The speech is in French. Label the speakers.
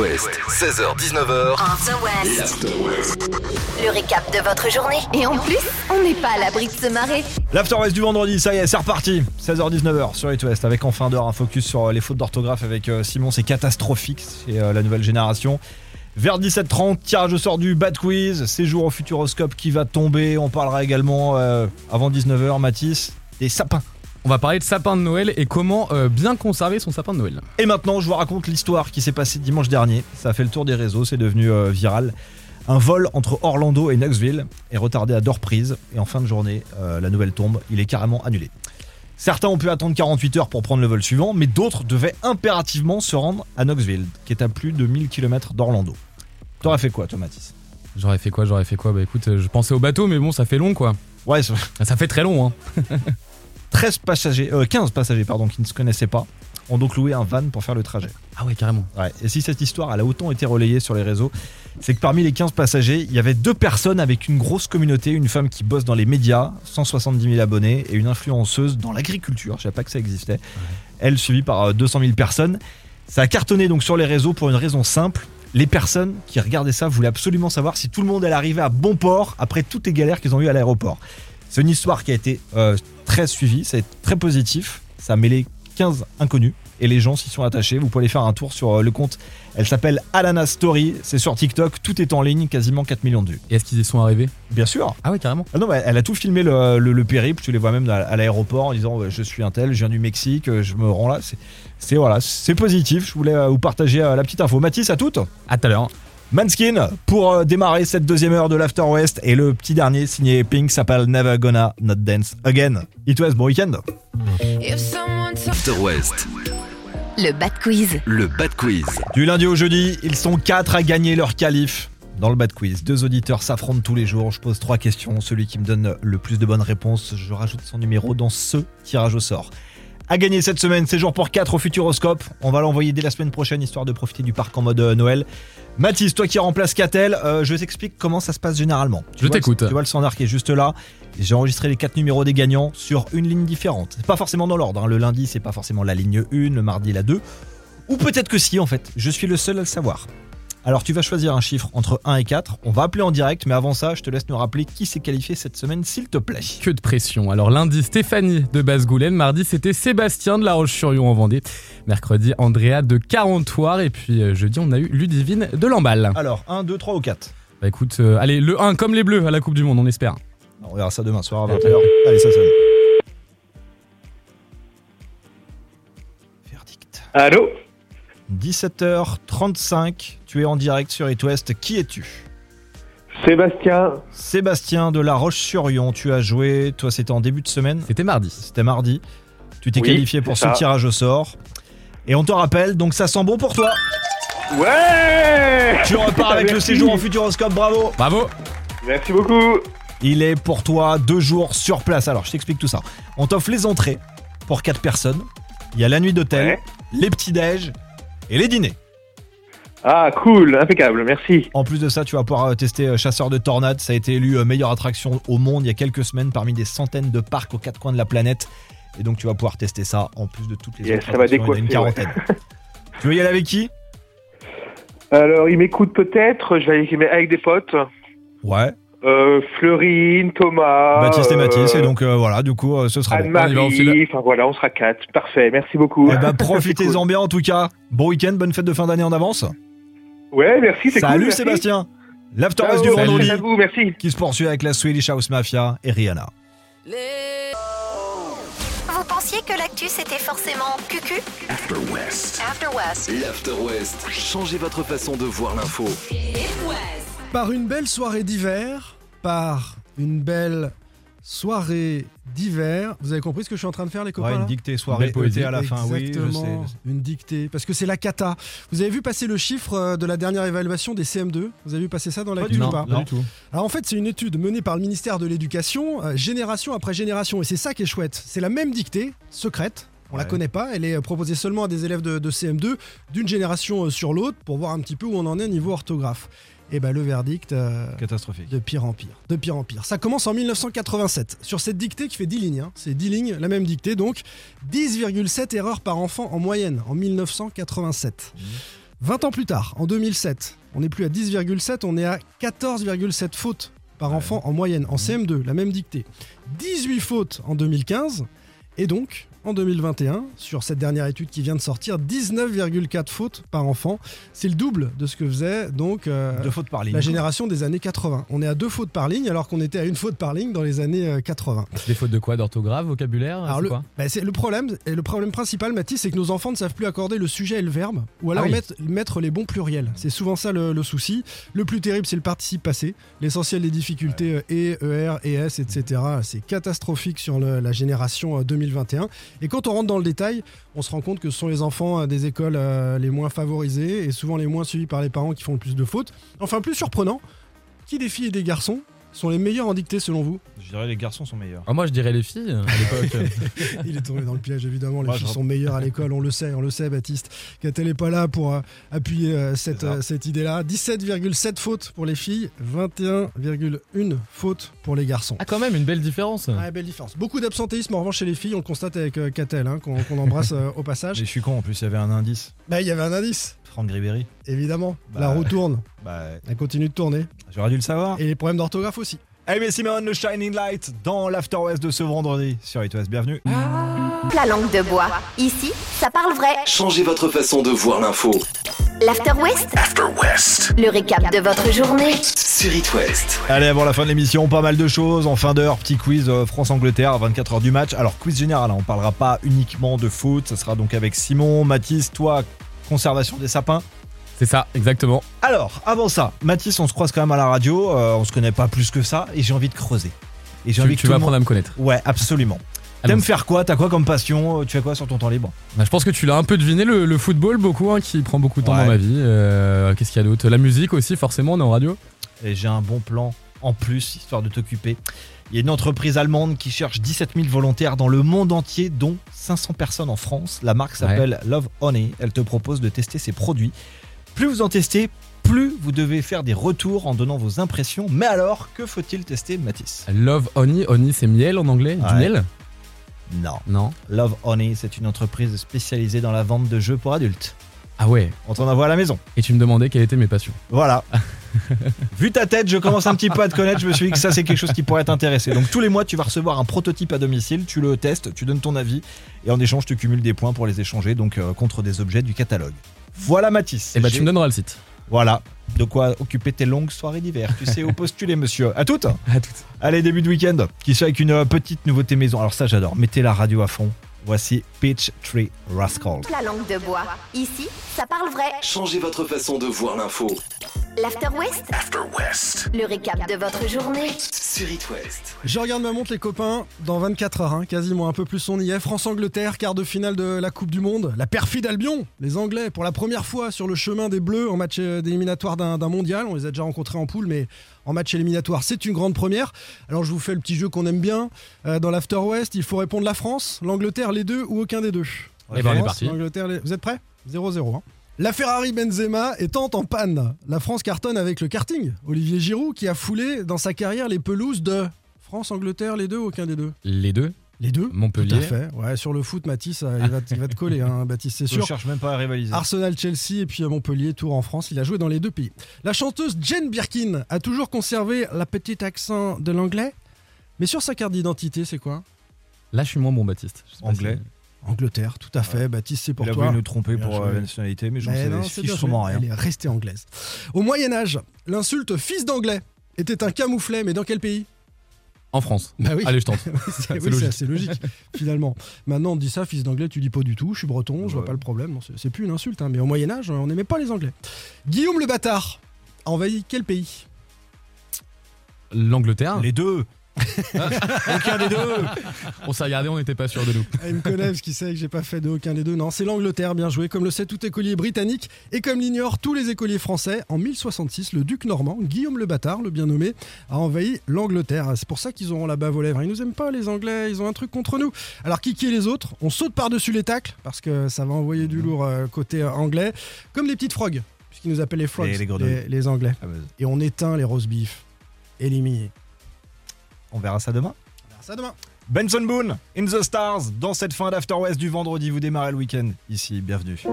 Speaker 1: West, 16h-19h,
Speaker 2: After West. Le récap de votre journée.
Speaker 3: Et en plus, on n'est pas à l'abri de se marrer.
Speaker 4: L'After West du vendredi, ça y est, c'est reparti. 16h-19h sur It West avec en fin d'heure un focus sur euh, les fautes d'orthographe avec euh, Simon, c'est catastrophique, c'est euh, la nouvelle génération. Vers 17h30, tirage au sort du Bad Quiz, séjour au Futuroscope qui va tomber. On parlera également euh, avant 19h, Mathis, des sapins.
Speaker 5: On va parler de sapin de Noël et comment euh, bien conserver son sapin de Noël.
Speaker 4: Et maintenant, je vous raconte l'histoire qui s'est passée dimanche dernier. Ça a fait le tour des réseaux, c'est devenu euh, viral. Un vol entre Orlando et Knoxville est retardé à deux reprises et en fin de journée, euh, la nouvelle tombe, il est carrément annulé. Certains ont pu attendre 48 heures pour prendre le vol suivant, mais d'autres devaient impérativement se rendre à Knoxville, qui est à plus de 1000 km d'Orlando. T'aurais fait quoi, toi, Mathis
Speaker 5: J'aurais fait quoi J'aurais fait quoi Bah écoute, euh, je pensais au bateau, mais bon, ça fait long quoi.
Speaker 4: Ouais, c'est-
Speaker 5: Ça fait très long, hein.
Speaker 4: 13 passagers, euh, 15 passagers pardon, qui ne se connaissaient pas ont donc loué un van pour faire le trajet.
Speaker 5: Ah ouais, carrément.
Speaker 4: Ouais, Et si cette histoire elle a autant été relayée sur les réseaux, c'est que parmi les 15 passagers, il y avait deux personnes avec une grosse communauté, une femme qui bosse dans les médias, 170 000 abonnés, et une influenceuse dans l'agriculture. Je savais pas que ça existait. Elle suivie par euh, 200 000 personnes. Ça a cartonné donc sur les réseaux pour une raison simple. Les personnes qui regardaient ça voulaient absolument savoir si tout le monde allait arriver à bon port après toutes les galères qu'ils ont eues à l'aéroport. C'est une histoire qui a été euh, très suivie, c'est très positif. Ça a mêlé 15 inconnus et les gens s'y sont attachés. Vous pouvez aller faire un tour sur euh, le compte. Elle s'appelle Alana Story, c'est sur TikTok, tout est en ligne, quasiment 4 millions de vues.
Speaker 5: Et est-ce qu'ils y sont arrivés
Speaker 4: Bien sûr
Speaker 5: Ah ouais, carrément.
Speaker 4: ah non, mais elle a tout filmé le, le- le périple. Tu les vois même à, à l'aéroport en disant ouais, Je suis un tel, je viens du Mexique, euh, je me rends là. C'est- C'est voilà, c'est positif. Je voulais euh, vous partager euh, la petite info. Mathis, à toutes.
Speaker 5: À tout à l'heure.
Speaker 4: Manskin pour euh, démarrer cette deuxième heure de l'After West. Et le petit dernier signé Pink s'appelle Never Gonna Not Dance Again. It was bon week-end.
Speaker 6: If someone told
Speaker 1: After West,
Speaker 3: Le Bad Quiz.
Speaker 1: le Bad Quiz.
Speaker 4: Du lundi au jeudi, ils sont quatre à gagner leur qualif. Dans le bad quiz, deux auditeurs s'affrontent tous les jours. Je pose trois questions. Celui qui me donne le plus de bonnes réponses, je rajoute son numéro dans ce tirage au sort. À gagner cette semaine, séjour pour 4 au Futuroscope. On va l'envoyer dès la semaine prochaine, histoire de profiter du parc en mode euh, Noël. Mathis, toi qui remplace Catel, euh, je t'explique comment ça se passe généralement. Tu
Speaker 5: Je
Speaker 4: vois le-
Speaker 5: t'écoute.
Speaker 4: Tu vois le standard qui est juste là. J'ai enregistré les quatre numéros des gagnants sur une ligne différente. C'est pas forcément dans l'ordre. hein. Le lundi, c'est pas forcément la ligne 1, le mardi, la 2. Ou peut-être que si, en fait. Je suis le seul à le savoir. Alors, tu vas choisir un chiffre entre 1 et 4. On va appeler en direct, mais avant ça, je te laisse nous rappeler qui s'est qualifié cette semaine, s'il te plaît.
Speaker 5: Que de pression. Alors lundi, Stéphanie de Basse-Goulaine. Mardi, c'était Sébastien de La Roche-sur-Yon en Vendée. Mercredi, Andrea de Carentoire. Et puis euh, jeudi, on a eu Ludivine de Lamballe.
Speaker 4: Alors, 1, 2, 3 ou 4
Speaker 5: Bah écoute, euh, allez, le 1 comme les bleus à la Coupe du Monde, on espère.
Speaker 4: On verra ça demain soir à 20h. Allez, ça sonne. Verdict.
Speaker 7: Allô
Speaker 4: 17h35, tu es en direct sur It West. Qui es-tu
Speaker 7: Sébastien
Speaker 4: Sébastien de La Roche-sur-Yon, tu as joué, toi c'était en début de semaine,
Speaker 5: C'était mardi.
Speaker 4: c'était mardi. Tu t'es
Speaker 7: Oui,
Speaker 4: qualifié pour
Speaker 7: c'est
Speaker 4: ce
Speaker 7: ça.
Speaker 4: tirage au sort. Et on te rappelle, donc ça sent bon pour toi.
Speaker 7: Ouais
Speaker 4: Tu repars avec le
Speaker 7: Merci.
Speaker 4: séjour en Futuroscope, bravo.
Speaker 5: Bravo
Speaker 7: Merci beaucoup
Speaker 4: Il est pour toi deux jours sur place. Alors, je t'explique tout ça. On t'offre les entrées pour quatre personnes. Il y a la nuit d'hôtel,
Speaker 7: Ouais.
Speaker 4: les petits-déj et les dîners.
Speaker 7: Ah, cool, impeccable, merci.
Speaker 4: En plus de ça, tu vas pouvoir euh, tester euh, Chasseur de tornades. Ça a été élu euh, meilleure attraction au monde il y a quelques semaines parmi des centaines de parcs aux quatre coins de la planète. Et donc, tu vas pouvoir tester ça en plus de toutes les
Speaker 7: Yes,
Speaker 4: autres
Speaker 7: ça va
Speaker 4: attractions. Il y en a une
Speaker 7: décoiffer,
Speaker 4: quarantaine. tu veux y aller avec qui
Speaker 7: Alors, il m'écoute peut-être, je vais aller mais avec des potes.
Speaker 4: Ouais,
Speaker 7: Euh, Fleurine, Thomas...
Speaker 4: Baptiste et
Speaker 7: euh,
Speaker 4: Mathis. Et donc, euh, voilà, du coup, euh, ce sera bon.
Speaker 5: On y va au fil.
Speaker 7: Anne-Marie, enfin voilà, on sera quatre. Parfait, merci beaucoup.
Speaker 4: Eh ben, profitez-en bien en tout cas. Bon week-end, bonne fête de fin d'année en avance.
Speaker 7: Ouais, merci, c'est cool.
Speaker 4: Salut
Speaker 7: merci.
Speaker 4: Sébastien. L'after
Speaker 7: Ciao,
Speaker 4: West du
Speaker 7: bonne
Speaker 4: vendredi.
Speaker 7: fête à vous, merci.
Speaker 4: qui se poursuit avec la Swedish House Mafia et Rihanna.
Speaker 3: Vous pensiez que l'actu c'était forcément cucu
Speaker 1: After West.
Speaker 3: After West.
Speaker 1: L'After West, changez votre façon de voir l'info.
Speaker 8: Par une belle soirée d'hiver, par une belle soirée d'hiver, vous avez compris ce que je suis en train de faire les copains
Speaker 4: Ouais, une
Speaker 8: là
Speaker 4: dictée
Speaker 5: Belle
Speaker 4: soirée
Speaker 5: poésie.
Speaker 4: poésie à la fin, oui, je sais.
Speaker 8: Exactement, une dictée, parce que c'est la cata. Vous avez vu passer le chiffre euh, de la dernière évaluation des CM2 Vous avez vu passer ça dans la
Speaker 5: non,
Speaker 8: ou pas
Speaker 5: pas du tout.
Speaker 8: Alors en fait, c'est une étude menée par le ministère de l'Éducation, euh, génération après génération, et c'est ça qui est chouette. C'est la même dictée, secrète. On la
Speaker 4: Ouais.
Speaker 8: connaît pas, elle est euh, proposée seulement à des élèves de, de CM2 d'une génération euh, sur l'autre pour voir un petit peu où on en est niveau orthographe. Et ben le verdict, euh,
Speaker 4: Catastrophique.
Speaker 8: de pire en pire, de pire en pire. Ça commence en 1987, sur cette dictée qui fait 10 lignes, hein. c'est 10 lignes, la même dictée donc, 10,7 erreurs par enfant en moyenne en 1987. 20 ans plus tard, en 2007, on n'est plus à 10,7, on est à 14,7 fautes par enfant en moyenne, en CM2, la même dictée. 18 fautes en 2015, et donc, en 2021, sur cette dernière étude qui vient de sortir, 19,4 fautes par enfant. C'est le double de ce que faisait donc euh,
Speaker 4: Deux fautes par ligne.
Speaker 8: la génération des années 80. On est à deux fautes par ligne, alors qu'on était à une faute par ligne dans les années euh, 80.
Speaker 5: Des fautes de quoi D'orthographe, vocabulaire
Speaker 8: Alors
Speaker 5: c'est
Speaker 8: le,
Speaker 5: quoi
Speaker 8: bah, c'est le problème, et le problème principal, Mathis, c'est que nos enfants ne savent plus accorder le sujet et le verbe, ou alors
Speaker 5: Ah oui.
Speaker 8: mettre, mettre les bons pluriels. C'est souvent ça le, le souci. Le plus terrible, c'est le participe passé. L'essentiel des difficultés euh, et, er, es, etc. C'est catastrophique sur le- la génération euh, 2021. Et quand on rentre dans le détail, on se rend compte que ce sont les enfants euh, des écoles euh, les moins favorisés et souvent les moins suivis par les parents qui font le plus de fautes. Enfin, plus surprenant, qui des filles et des garçons sont les meilleurs en dictée selon vous
Speaker 4: Je dirais les garçons sont meilleurs.
Speaker 5: Ah, Moi, je dirais les filles à
Speaker 4: euh,
Speaker 5: l'époque.
Speaker 8: Il est tombé dans le piège, évidemment. Les
Speaker 4: Moi, je
Speaker 8: filles
Speaker 4: rep-
Speaker 8: sont meilleures à l'école, on le sait, on le sait, Baptiste. Catel n'est pas là pour euh, appuyer euh, cette,
Speaker 4: C'est ça.
Speaker 8: euh, cette idée-là. 17,7 fautes pour les filles, 21,1 fautes pour les garçons.
Speaker 5: ah, quand même, une belle différence.
Speaker 8: Ah, belle différence. Beaucoup d'absentéisme en revanche chez les filles, on le constate avec euh, Catel, hein, qu'on qu'on embrasse euh, au
Speaker 4: Mais
Speaker 8: passage.
Speaker 4: Ah, je suis con, en plus, il y avait un indice.
Speaker 8: Bah, il y avait un indice,
Speaker 4: Franck Ribéry.
Speaker 8: évidemment.
Speaker 4: Bah. Ah.
Speaker 8: La roue tourne,
Speaker 4: Bah,
Speaker 8: elle continue de tourner.
Speaker 4: j'aurais dû le savoir.
Speaker 8: Et les problèmes d'orthographe aussi.
Speaker 4: Hey, Eh, mais Simon, le Shining Light dans l'After West de ce vendredi sur It West. Bienvenue.
Speaker 2: La langue de bois. Ici, ça parle vrai.
Speaker 1: Changez votre façon de voir l'info.
Speaker 2: L'After West,
Speaker 1: After West.
Speaker 2: le récap de votre journée.
Speaker 1: Sur It West.
Speaker 4: Allez, avant la fin de l'émission, pas mal de choses. En fin d'heure, petit quiz euh, France-Angleterre à 24h du match. Alors, quiz général, hein, on parlera pas uniquement de foot. Ça sera donc avec Simon, Mathis, toi, conservation des sapins.
Speaker 5: C'est ça, exactement.
Speaker 4: Alors, avant ça, Mathis, on se croise quand même à la radio. euh, on se connaît pas plus que ça et j'ai envie de creuser. Et j'ai
Speaker 5: Tu,
Speaker 4: envie que
Speaker 5: tu
Speaker 4: tout
Speaker 5: vas
Speaker 4: le monde-
Speaker 5: apprendre à me connaître.
Speaker 4: Ouais, absolument. T'aimes
Speaker 5: Allons-y.
Speaker 4: faire quoi T'as quoi comme passion Euh, Tu fais quoi sur ton temps libre
Speaker 5: Bah, je pense que tu l'as un peu deviné, le, le football, beaucoup, hein, qui prend beaucoup de temps
Speaker 4: Ouais.
Speaker 5: dans ma vie. Euh, Qu'est-ce qu'il y a d'autre La musique aussi, forcément, on est en radio.
Speaker 4: Et j'ai un bon plan en plus, histoire de t'occuper. Il y a une entreprise allemande qui cherche 17 000 volontaires dans le monde entier, dont 500 personnes en France. La marque s'appelle Love Honey. Elle te propose de tester ses produits. Plus vous en testez, plus vous devez faire des retours en donnant vos impressions. Mais alors, que faut-il tester, Mathis
Speaker 5: Love Honey, Honey c'est miel en anglais Du
Speaker 4: Ouais.
Speaker 5: miel
Speaker 4: Non.
Speaker 5: Non.
Speaker 4: Love Honey, c'est une entreprise spécialisée dans la vente de jeux pour adultes.
Speaker 5: Ah ouais
Speaker 4: On t'en envoie à la maison.
Speaker 5: Et tu me demandais quelles étaient mes passions.
Speaker 4: Voilà. Vu ta tête, je commence un petit peu à te connaître. Je me suis dit que ça, c'est quelque chose qui pourrait t'intéresser. Donc, tous les mois, tu vas recevoir un prototype à domicile. Tu le testes, tu donnes ton avis. Et en échange, tu cumules des points pour les échanger donc euh, contre des objets du catalogue. Voilà, Mathis.
Speaker 5: Et bah, tu
Speaker 4: J'ai-
Speaker 5: me donneras le site.
Speaker 4: Voilà. De quoi occuper tes longues soirées d'hiver. Tu sais où postuler, monsieur. À toutes.
Speaker 5: À tout.
Speaker 4: Allez, début de week-end. Qui soit avec une euh, petite nouveauté maison. Alors, ça, j'adore. Mettez la radio à fond. Voici Peach Tree Rascals.
Speaker 2: La langue de bois. Ici, ça parle vrai.
Speaker 1: Changez votre façon de voir l'info.
Speaker 2: L'After West,
Speaker 1: After West.
Speaker 2: le récap de votre journée.
Speaker 1: Sur It West.
Speaker 8: Je regarde ma montre, les copains, dans 24 heures, hein, quasiment un peu plus on y est. France-Angleterre, quart de finale de la Coupe du Monde. La perfide Albion, les Anglais, pour la première fois sur le chemin des Bleus en match euh, d'éliminatoire d'un d'un mondial. On les a déjà rencontrés en poule, mais en match éliminatoire, c'est une grande première. Alors je vous fais le petit jeu qu'on aime bien. Euh, dans l'After West, il faut répondre la France, l'Angleterre, les deux ou aucun des deux.
Speaker 5: Eh ben, on est
Speaker 8: France,
Speaker 5: parti.
Speaker 8: l'Angleterre, les- Vous êtes prêts 0-0. hein. La Ferrari Benzema est tant en panne. La France cartonne avec le karting. Olivier Giroud qui a foulé dans sa carrière les pelouses de France, Angleterre, les deux, aucun des deux.
Speaker 5: Les deux,
Speaker 8: Les deux Tout à
Speaker 5: Montpellier.
Speaker 8: fait. Ouais, sur le foot, Mathis, euh, il va, te- il va te coller, hein, Baptiste, c'est
Speaker 4: Je
Speaker 8: sûr.
Speaker 4: cherche même pas à rivaliser.
Speaker 8: Arsenal, Chelsea et puis à Montpellier, Tours en France. Il a joué dans les deux pays. La chanteuse Jane Birkin a toujours conservé la petite accent de l'anglais, mais sur sa carte d'identité, c'est quoi
Speaker 5: Là, je suis moins bon, Baptiste. Je sais pas
Speaker 4: Anglais.
Speaker 8: Angleterre, tout à fait. Baptiste, c'est pour
Speaker 4: il a
Speaker 8: toi.
Speaker 4: voulu nous tromper
Speaker 8: Bien
Speaker 4: pour
Speaker 8: joué.
Speaker 4: euh, la nationalité, mais j'en
Speaker 8: Mais
Speaker 4: sais
Speaker 8: non, c'est bien
Speaker 4: sûrement
Speaker 8: joué.
Speaker 4: rien.
Speaker 8: Elle est restée anglaise. Au Moyen Âge, l'insulte fils d'anglais était un camouflet, mais dans quel pays
Speaker 5: En France.
Speaker 8: Bah
Speaker 4: Ah,
Speaker 8: oui.
Speaker 5: Allez, je tente.
Speaker 8: C'est
Speaker 5: C'est
Speaker 8: oui, c'est
Speaker 5: logique.
Speaker 8: assez logique, finalement. Maintenant, on dit ça, fils d'anglais, tu dis pas du tout, je suis breton, je vois
Speaker 4: Ouais.
Speaker 8: pas le problème. Non, c'est- C'est plus une insulte, hein, mais au Moyen-Âge, on n'aimait pas les anglais. Guillaume le bâtard a envahi quel pays
Speaker 5: L'Angleterre.
Speaker 4: Les deux
Speaker 5: Aucun des deux. On s'est regardé, on n'était pas sûr de nous.
Speaker 8: Ah, Il me connaît parce qu'il sait que j'ai pas fait de aucun des deux. Non, c'est l'Angleterre, bien joué. Comme le sait tout écolier britannique et comme l'ignorent tous les écoliers français, en 1066, le duc normand, Guillaume le Bâtard, le bien nommé, a envahi l'Angleterre. C'est pour ça qu'ils auront la bave aux lèvres. Ils nous aiment pas, les Anglais, ils ont un truc contre nous. Alors, qui qui est les autres On saute par-dessus les tacles parce que ça va envoyer
Speaker 4: Mhm.
Speaker 8: du lourd euh, côté euh, anglais, comme les petites frogs, puisqu'ils nous appellent les frogs,
Speaker 4: Les- les grenouilles.
Speaker 8: les Anglais.
Speaker 4: Ah bah,
Speaker 8: Et on éteint les roast beef. Éliminé.
Speaker 4: On verra ça demain.
Speaker 8: Ça demain.
Speaker 4: Benson Boone, In the Stars, dans cette fin d'After West du vendredi, vous démarrez le week-end. Ici, bienvenue.